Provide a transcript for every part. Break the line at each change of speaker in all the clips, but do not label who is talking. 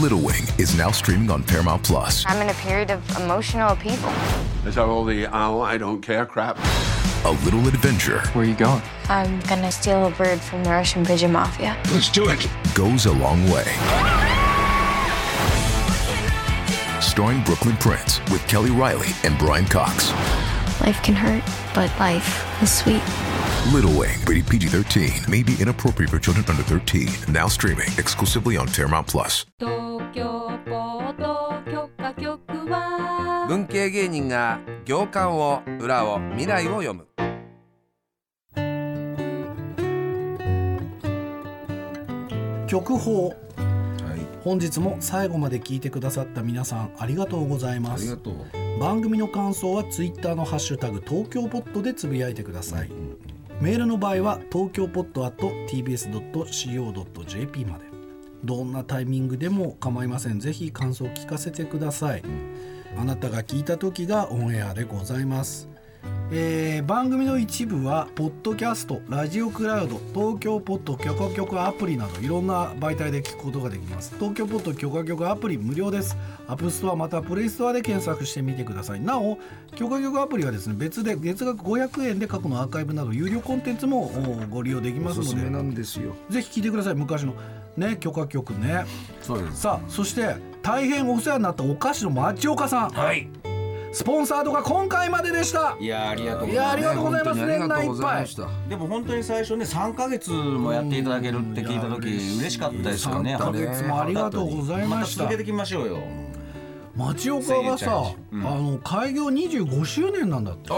Little Wing is now streaming on Paramount Plus.
I'm in a period of emotional upheaval.
Let's have all the oh, I don't care crap.
A little adventure
Where are you going?
I'm gonna steal a bird from the Russian pigeon mafia.
Let's do it.
goes a long way. Starring Brooklyn Prince with Kelly Riley and Brian Cox.
Life can hurt, but life is sweet.
Little Wing, rated PG 13, may be inappropriate for children under 13. Now streaming exclusively on Paramount Plus.
東京ポート許可局は
文系芸人が行間を裏を未来を読む
曲報
はい
本日も最後まで聞いてくださった皆さんありがとうござい
あ
ま
りが
す
とう
番組の感想はツイッターのハッシュタグ東京ポッドでつぶやいてくださいメールの場合は東京ポッド at tbs.co.jp までどんなタイミングでも構いませんぜひ感想を聞かせてくださいあなたが聞いた時がオンエアでございますえー番組の一部はポッドキャストラジオクラウド東京ポッド許可局アプリなどいろんな媒体で聞くことができます東京ポッド許可局アプリ無料ですアップストアまたはプレイストアで検索してみてくださいなお許可局アプリはですね別で月額500円で過去のアーカイブなど有料コンテンツもおご利用できますので
なんですよ
ぜひ聞いてください昔のね許可局ね
そうです
さあそして大変お世話になったお菓子の町岡さん
はい
スポンサードが今回まででした
いやーありがとう
い
ご
やあ
ざい
り
ま
がとうございます
本当にありがとうございました
すでも本当に最初ね3ヶ月もやっていただけるって聞いた時嬉しかったですよね
3ヶ月もありがとうございま
また
した
続けていきましょうよ
町岡が
せいや
さ
ち、ゃんうん
あの開業25周年なんだって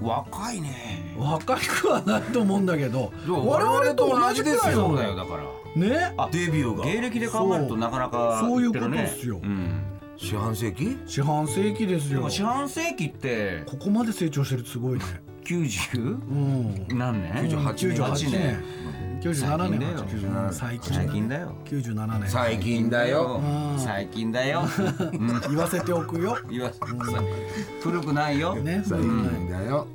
若いね
若くはないと思うんだけど我々と同じくらいな
そ
の
うだよだから
ね
あ
デビューが
芸歴で考えるとなかなか
そういうこと
言
で
ってる
す
ね
よ
うん
四半世紀
四半世紀です
で
よ
も
こ
四半世紀って
こまで成長してるってすごいね
90
うん
何年
98
98年97年97
最
最
近
近
だよ最近だよ
97年
最近だよ
うん
最近だようん
言わせておくよ
言わせてください古くないよ
ね
最近だよ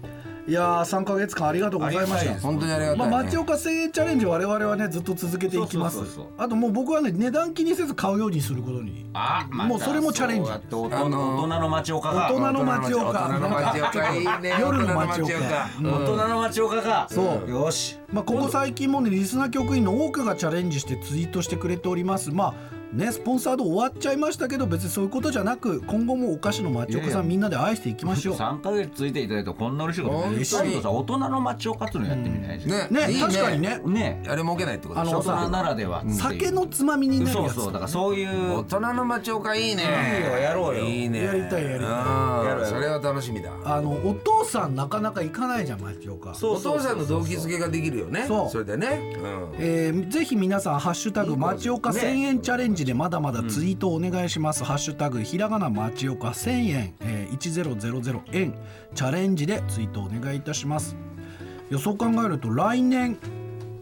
いやー3ヶ月間ありがとうございま
ありが
した
いです
本当にありが
ま
た
あ、
いね
町岡千円チャレンジ我々はねずっと続けていきます
そうそうそうそう
あともう僕はね値段気にせず買うようにすることに
あまた
もうそれもチャレンジ
そうやって大人
あのー
大人の町岡
大
が
人の町
大
岡
人の町岡いいね
夜の
大
町
人の
大
岡
人の町岡が
そう
よし
まあ、ここ最近もねリスナー局員の多くがチャレンジしてツイートしてくれておりますまあねスポンサード終わっちゃいましたけど別にそういうことじゃなく今後もお菓子の町岡
い
さん
やいや
みんなで愛していきましょう
3ヶ月ついていただいてこんな嬉しいことね
嬉しい
ちょっとさ大人の町岡っていうのやってみないじゃん
ね
ね
いい
確かにね
ね
あれ儲けないってことでし
あ
ょ
大
の
人ならではっていう
酒のつまみになる
そう
やつ
そうだからそういう
大人の町岡いいね
いいよやろうよ
いいね
やりたいや
や
うん
りたい
ろうやろう
それは楽しみだ
あのお父さんなかなか行かないじゃん町岡
そう
お父さんの動機づけができるよね
そう
それでねうん
えーぜひ皆さん「ハッシュタグ町岡1000円チャレンジ」でまだまだツイートをお願いします、ハッシュタグひらがな町岡1000円、えー1000円チャレンジでツイートお願いいたします予想考えると来年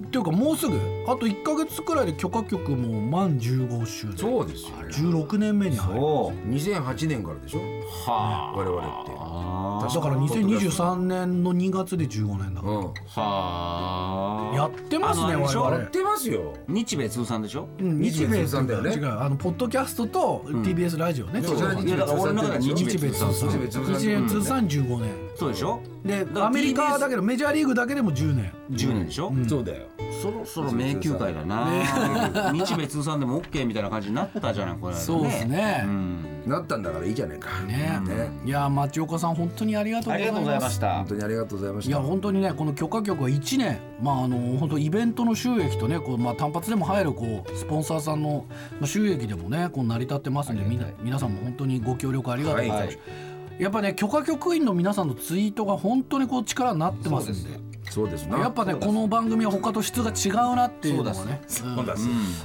っていうかもうすぐあと1か月くらいで許可局も満15周年
そうですよ
16年目に入る
おう
2008年からでしょ
はあ
我々って
は
だから2023年の2月で15年だ、
うん
あ
やってますね
あのあれで
我
しょ
々
やってますよ
日米通算でしょ
うん日米さんだよね
日米通算だよね
違うあのポッドキャストと TBS ラジオね、
そうそれは日
いやだから俺の中で日
日
米
米
通
通
算
算
日米通算
1年通算15年
そうでしょ
で
から
アメリカだけどメジャーリーグだけでも10年
10年でしょ、
そうだよ
そろそろ迷宮会だな日米通算でも OK みたいな感じになったじゃないこれ
ね
うん、
なったんだからいいじゃないか
ねいや町岡さん本当にありがとう
あ
ご
り
ざ
が
い
とうござい
ま
まし
す
た
本当にありがとうございまし
いや
た
本当にねこの許可局は1年まああの本当イベントの収益とねこう、まあ、単発でも入るこうスポンサーさんのまあ収益でもねこう成り立ってますんでみんな皆さんも本当にご協力ありがとうございます、やっぱね許可局員の皆さんのツイートが本当にこう力になってますんで
そうです
や
な
っぱねこの番組は他と質が違うなっていうのがねうん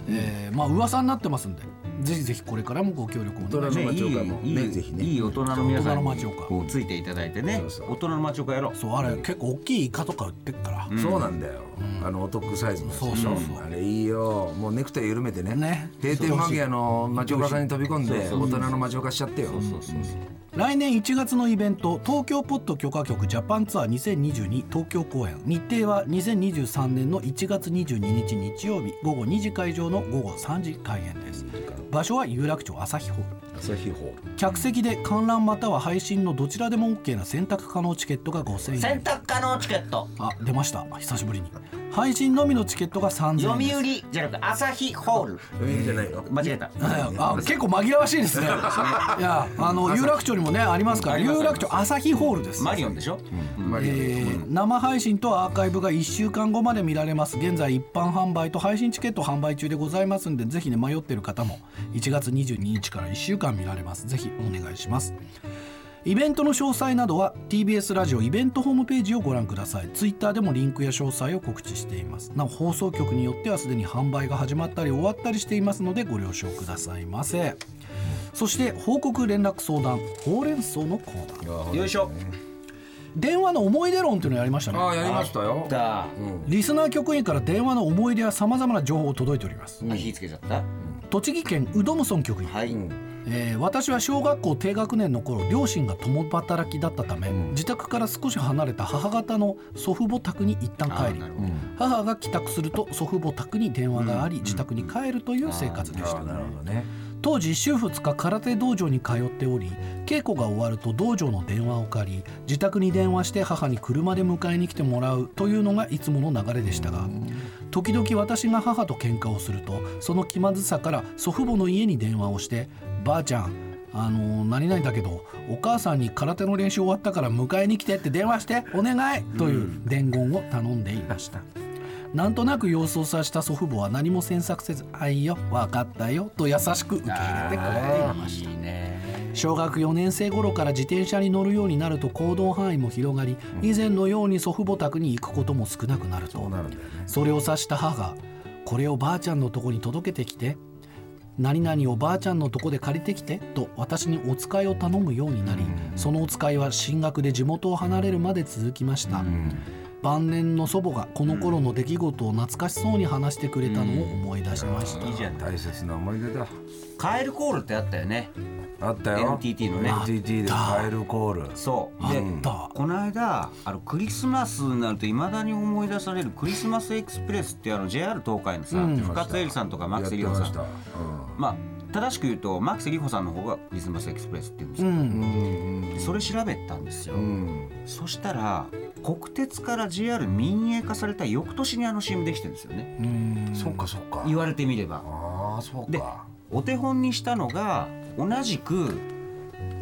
えーまあ噂になってますんでぜひぜひこれからもご協力お願いし
大人の町岡も
いい
ねぜひね
いい大人の皆さんに
大人の町岡
こうついていただいてね
そうそう
大人の町岡やろう
ますそうあれ結構大きいイカとか売ってっから
そうなんだよあのお得サイズのやつでしょ
そうそうそう
あれいいよもうネクタイ緩めてね
ね
閉店間際の町岡さんに飛び込んで大人の町岡しちゃってよ
来年1月のイベント東京ポッド許可局ジャパンツアー2022東京公演日程は2023年の1月22日日曜日午後2時会場の午後3時開演です場所は有楽町朝日ホール
朝日ホール
客席で観覧または配信のどちらでも OK な選択可能チケットが5000円
選択可能チケット
あ出ました久しぶりに配信のみのチケットが3000円です
読売じゃなくて朝日ホール
読売じゃないよ
間違えた
はいあ結構紛らわしいですねいやあの有楽町にもねありますから
あります
有楽町朝日ホールです
マリオンでしょ、うん
マ
え
リ
ー生配信とアーカイブが1週間後まで見られます現在一般販売と配信チケット販売中でございますんでぜひね迷ってる方も1月22日から1週間見られますぜひお願いしますイベントの詳細などは TBS ラジオイベントホームページをご覧ください Twitter でもリンクや詳細を告知していますなお放送局によってはすでに販売が始まったり終わったりしていますのでご了承くださいませそして報告連絡相談ほうれん草のコーナー
よいしょ
電話の思い出論というのをやりましたね
ああやりましたよ
だ
リスナー局員から電話の思い出やさまざまな情報を届いております
火つけちゃった
栃木県うどむ村局員、
はい
えー私は小学校低学年の頃両親が共働きだったため、自宅から少し離れた母方の祖父母宅に一旦帰り
なるほど
母が帰宅すると祖父母宅に電話があり、自宅に帰るという生活でした、
なるほどね
当時週2日空手道場に通っており稽古が終わると道場の電話を借り自宅に電話して母に車で迎えに来てもらうというのがいつもの流れでしたが時々私が母と喧嘩をするとその気まずさから祖父母の家に電話をして「ばあちゃんあの何々だけどお母さんに空手の練習終わったから迎えに来てって電話してお願い!」という伝言を頼んでいました。なんとなく様子を察した祖父母は何も詮索せず「あいいよ分かったよ」と優しく受け入れてくれていました小学4年生頃から自転車に乗るようになると行動範囲も広がり以前のように祖父母宅に行くことも少なくなるとそれを察した母が「これをばあちゃんのとこに届けてきて」何々をばあちゃんのとこで借りてきてと私にお使いを頼むようになりそのお使いは進学で地元を離れるまで続きました晩年の祖母がこの頃の出来事を懐かしそうに話してくれたのを思い出しました
大切な思い出だ
カエルコールってあったよね
あったよ
NTT のね
NTT でカエルコール
そう
あ
で
った
この間あのクリスマスになるといまだに思い出されるクリスマスエクスプレスってあの JR 東海のさ、深津絵里さんとか牧瀬里穂
やっ
さ
て
ん
ま
まあ正しく言うと牧瀬里穂さんの方がクリスマスエクスプレスって言うんです
う
よ、
ん
それ調べたんですよ、
うん
そしたら国鉄から JR 民営化された翌年にあの CM できてるんですよね
そっかそっか
言われてみれば
ああそう
で
か
お手本にしたのが同じく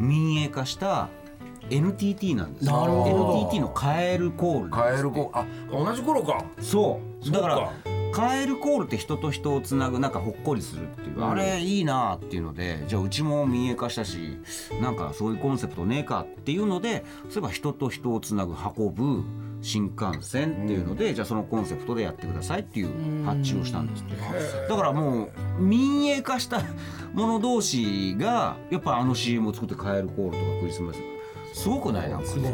民営化した NTT なんですよ
なるほど
NTT のカエルコール
カエルコールあ同じ頃か
そう
そう
だか
か
らカエルコールって人と人をつなぐなんかほっこりするっていう、あれいいなっていうのでじゃあうちも民営化したしなんかそういうコンセプトねえかっていうのでそういえば人と人をつなぐ運ぶ新幹線っていうので、じゃあそのコンセプトでやってくださいっていう発注をしたんですってだからもう民営化したもの同士がやっぱあの CM を作ってカエルコールとかクリスマスすごくないなんかすごい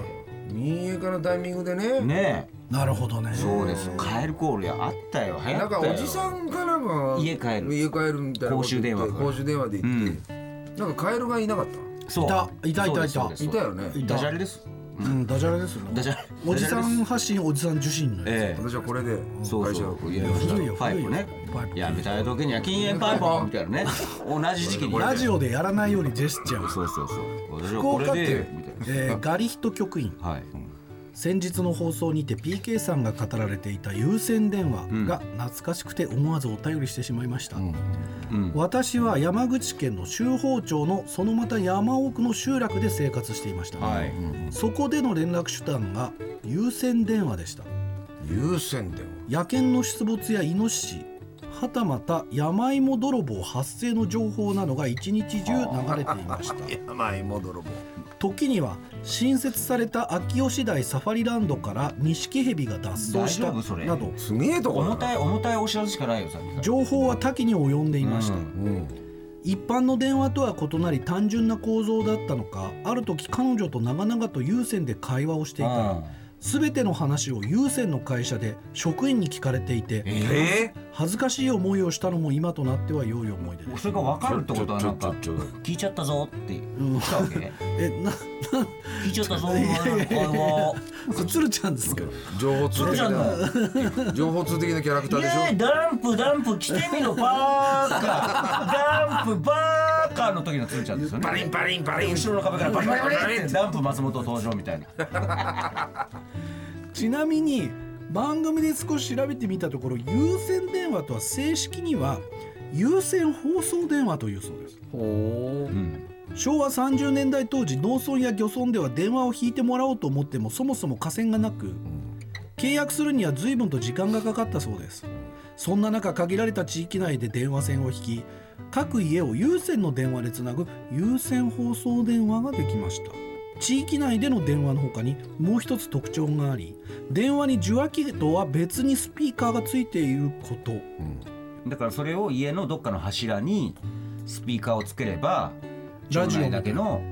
民営化のタイミングでね
ねえ
なるほどね
そうですカエルコールやあったよ流行
なん
った
か
よ
おじさんがなんか
家帰る
家帰るみたいなこと言
公衆
って
電話から
公衆電話で行って、なんかカエルがいなかっ
そう
いたいたいたいた
そうです
たい
そうで
た
す
よね
ダジャレです
うんダジャレですよね
ダジャレ
おじさん発信おじさん受信のや
ええ
私はこれで
そう
会社
そ
を
うやりま
古いよ
したパイプね
古いよパイプ
やめたい時には禁煙パイプみたいなね同じ時期に
つラジオでやらないようにジェスチャーを
そうそうそう私は
福
これ
岡
で
県
みたい、
えーガリヒト局員
なはい
先日の放送にて PK さんが語られていた有線電話が懐かしくて思わずお便りしてしまいました、
うん
私は山口県の周防町のそのまた山奥の集落で生活していました、
はい
そこでの連絡手段が有線電話でした
優先電
野犬の出没やイノシシはたまた山芋泥棒発生の情報などが一日中流れていました
話山芋泥棒
時には新設された秋吉台サファリランドから錦蛇が脱走し
大
た
丈夫それ
など
すげえとこだ
重
な
たい重たいお知らせしかないよさっきから
情報は多岐に及んでいました、
うん
うん
一般の電話とは異なり単純な構造だったのかある時彼女と長々と有線で会話をしていたら
う
全ての話を有線の会社で職員に聞かれていて、
え
恥ずかしい思いをしたのも今となっては良い思い出です
それが分かるってことはなんか
ちょちょち
聞いちゃったぞって
ん
来たわけ
えな
聞いちゃったぞお
い
前
やい
の
やい
会
や
話
鶴ちゃんですか
情報通
鶴
的
ちゃん
な
だ
情報通的なキャラクター
い
でし
や
ょ
ダンプダンプ来てみろバーカダンプバーカの時の鶴ちゃんですよね
バリンバリンバリン
後ろの壁からバリバリバリバリってダンプ松本登場みたいな
ちなみに番組で少し調べてみたところ有線電話とは正式には有線放送電話というそうです昭和30年代当時農村や漁村では電話を引いてもらおうと思ってもそもそも架線がなく契約するには随分と時間がかかったそうですそんな中限られた地域内で電話線を引き各家を有線の電話でつなぐ有線放送電話ができました地域内での電話の他にもう一つ特徴があり電話に受話器とは別にスピーカーがついていること
だからそれを家のどっかの柱にスピーカーをつければ
ラ
ラ
ジ
ジ
オ
オだけの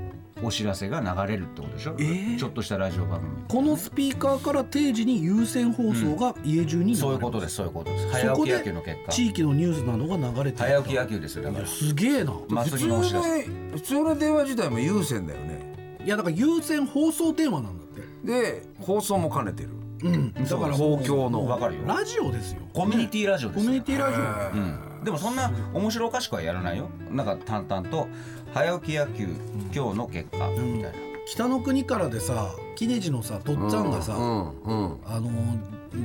お知らせが流れるってことでしょ、
ー
ちょっとしたラジオ番組
このスピーカーから定時に有線放送が家中に流れる
そういうことですそういうことです
そ
早起
こ
き野球
で
の結
地
果
域のニュースなどが流れていた
早起き野球ですよだから
すげえな
祭りのお
普
知
通
ら
の
せ
普通の電話自体も有線だよね
いやだから有線放送電話なんだって
で放送も兼ねてる
うんだから
公共の
わかるよ
ラジオですよ
コミュニティラジオで
コ
す
ミ
よ
ュニティラジオ
うんでもそんな面白おかしくはやらないよなんか淡々と早起き野球、今日の結果みたいな、
北の国からでさ秀次のさとっつぁんがさ、
うんうん
あのー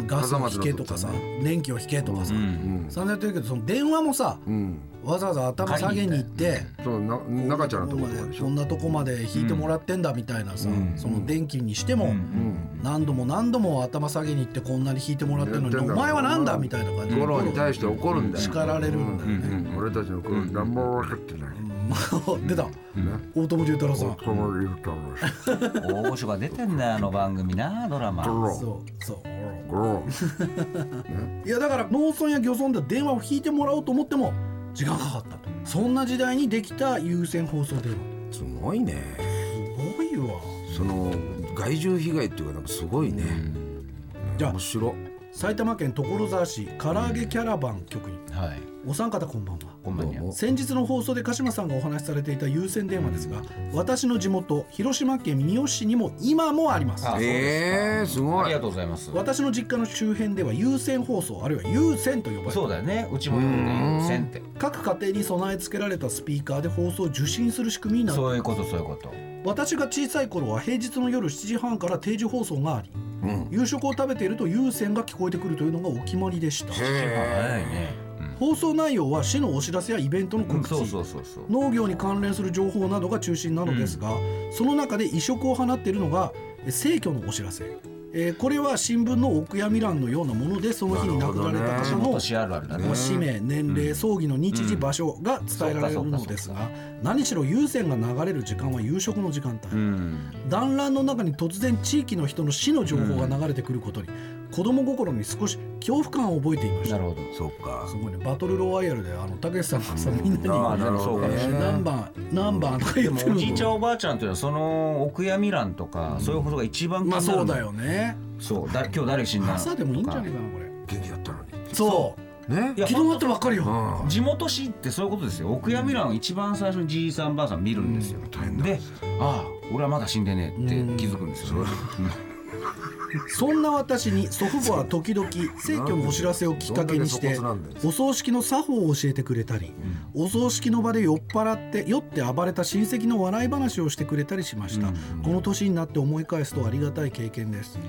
ガスを引けとかさ、
風間
電気を引けとかさ、
ん
散々やってるけどその電話もさ、
うん
わざわざ頭下げに行って
そうな中ちゃんのところとかでし
こ
ょ
んなとこまで引いてもらってんだみたいなさ、その電気にしても、何度も何度も頭下げに行ってこんなに引いてもらってるのに
やってんだ
お前はなんだみたいな感じで
ゴロに対して怒るんだよ
叱られるんだよね、
うん俺たちのこと何も分かってない
出た、大友龍太郎さん、
この理由とは
大御所が出てんだよあの番組なドラマ
ゴロ
そうそう
ゴロ
いやだから農村や漁村で電話を引いてもらおうと思っても時間かかったとそんな時代にできた有線放送電話
すごいね
すごいわ
その害獣被害っていうかなんかすごいね
じゃあ
面白
埼玉県所沢市唐揚げキャラバン局員、
はい
お三方こんばんは
こんばんにゃ
どうも
先日の放送で鹿島さんがお話しされていた有線電話ですが私の地元広島県三次市にも今もあります
あ
えーす
あ
ご
り
い
がとうございます
私の実家の周辺では有線放送あるいは有線と呼ばれてい
そうだよねうちも優先って
各家庭に備え付けられたスピーカーで放送を受信する仕組みになって
そういうことそういうこと
私が小さい頃は平日の夜7時半から定時放送があり、夕食を食べていると有線が聞こえてくるというのがお決まりでした
早いね
放送内容は市のお知らせやイベントの
うん
告知、
そうそうそうそう
農業に関連する情報などが中心なのですが、その中で移植を放っているのがえ生協のお知らせ、えーこれは新聞のお悔やみ欄のようなものでその日に亡くなられた方
地
の
元市あるあるだね
まあ氏名年齢葬儀の日時場所が伝えられるのですが何しろ有線が流れる時間は夕食の時間帯、
うん
団らんの中に突然地域の人の死の情報が流れてくることに、子供心に少し恐怖感を覚えていまし
な
た
るほど
そっか
すごいねバトルロワイヤルであのたけしさんがさみんなに
まあ
「
でもそうかもしれない
何番何番」とか
で
言っ
も
てる
おじいちゃん
の
おばあちゃんっていうのはそのお悔やみ欄とかそういうことが一番気に
ま
な
あ
る
そうだ
よ
よね
そうだ今日誰死んだの
朝でもいいんじゃないかなこれ
元気だったのに
そう
ね
いや
昨日だってばっかりよ
うん
地元市ってそういうことですよお悔やみ欄を一番最初にじいさんばあさん見るんですよ、
大変だ
でああ俺はまだ死んでねえって気づくんですよ、
そんな私に祖父母は時々生協のお知らせをきっかけにして
どんだけ粗
お葬式の作法を教えてくれたりお葬式の場で酔っ払って酔って暴れた親戚の笑い話をしてくれたりしましたこの年になって思い返すとありがたい経験です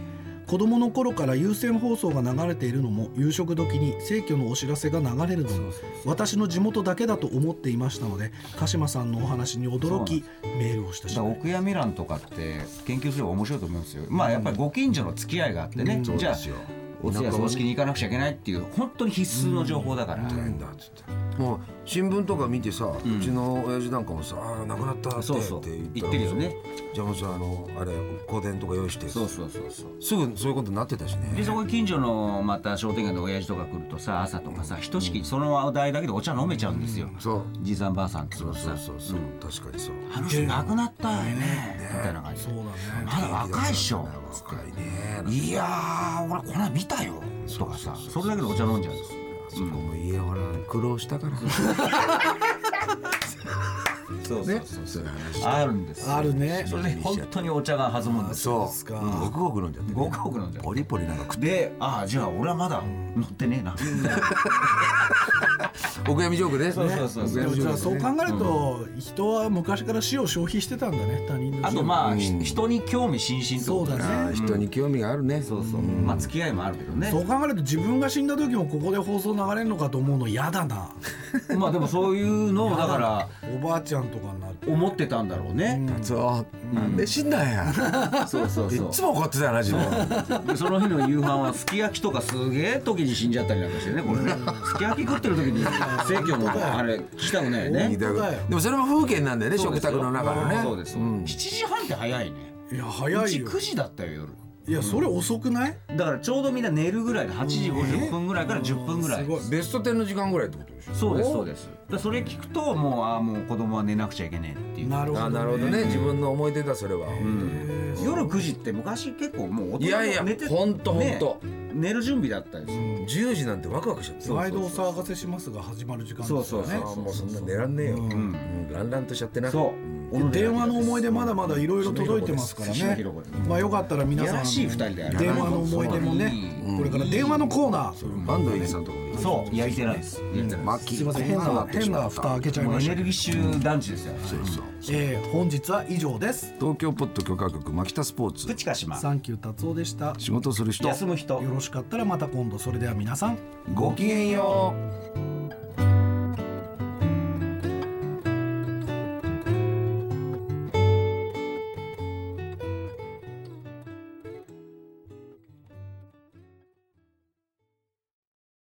子供の頃から有線放送が流れているのも夕食時に生協のお知らせが流れるのも私の地元だけだと思っていましたので鹿島さんのお話に驚きメールをした
だ
し
からお悔やみ欄とかって研究すれば面白いと思うんですよまあやっぱりご近所の付き合いがあってね、
そう
じゃ
で
あ
すよ
お通夜葬式に行かなくちゃいけないっていう本当に必須の情報だから、
大変だっつって
もう新聞とか見てさ、うちの親父なんかもさ「ああ亡くなった」って
そうそう
って
言ってるよね
じゃあもちろんあのあれ香典とか用意して
そうそうそうそう
すぐそういうことになってたし
で
ね
そこに近所のまた商店街の親父とか来るとさ朝とかさひとしきりその話題だけでお茶飲めちゃうんですよ、
そう
じいさんばあさんって
そうそ
さ
うそうそう、確かにそう
あの人亡くなったよねみたいな感じでまだ若いっしょつって
若いね
いやー俺この間見たよとかさそれだけでお茶飲んじゃうんですよ
そこも家ほら苦労したから
そう
ねそういう話
あるんですよ
あるね
それで本当にお茶が弾むんですよ
そう
ですか
うんごくごく飲んじゃってね
ごくごく飲んじゃって
ポリポリなんか食って
でああじゃあ俺はまだ乗ってねえな
お悔やみジョークね
そうそうそうそう
ね
で
お悔
もじゃ
や
あ
みジ
そ
ョー
う
ク
考
ね
えると人は昔から死を消費してたんだね他人の死を
あとまあ、ひ
うん
人に興味津々って
そ
こ
う
と
だ
ね
あー
ね
人に興味があるねそうそう
まあ付き合いもあるけどね
そう考えると自分が死んだ時もここで放送流れるのかと思うの嫌 だな
まあでもそういうのをだから
おばあちゃんとかになる
思ってたんだろうね、
そうなんで死んだんや
そうそう
い
そ
っ
う
つも怒ってたよな自分
でその日の夕飯はすき焼きとかすげえ時に死んじゃったりなんかしてねこれねすき焼き食ってる時に 生協のあれ聞きたくないよね
当だよ
でもそれも風景なんだよね食卓の中のね
そうですよ、7時半って早いね
いや
う
早い
ち
よ
9時だったよ夜
いやそれ遅くない
だからちょうどみんな寝るぐらいで8時50分ぐらいから10分ぐらい
すごい
ベスト10の時間ぐらいってことでしょ
そうですそうですだからそれ聞くともうああもう子供は寝なくちゃいけねえっていう
なるほ
あ
ど
なるほどね自分の思い出だそれは、
夜9時って昔結構もう大人
いやいや
寝て
ほんとほんと
ね寝る準備だったりする
10時なんてワクワクしちゃって
毎度お騒がせしますが始まる時間ですよね
そうそうそう
あもうそんな寝らんねえよ、うんランランとしちゃってな
そう
電話の思い出まだまだいろいろ届いてますから
ひろこひ
ね
ろこ
まあよかったら皆
いや
さ
らしい
ん
二人である
電話の思い出もね
うん
これから電話のコーナ
う
ー
んバンドエイジさんとかもいい
そうやりてないです
マッキー
すいません変な変な蓋開けちゃい
もう
ま
エ
し
ネ
た
ルギッシュ団地ですよ
えー本日は以上です
東京ポッド許可局牧田スポー
プ
ツ
チカ島
サンキュー達夫でした
仕事する人
休む人
よろしかったらまた今度それでは皆さん
ごきげんよう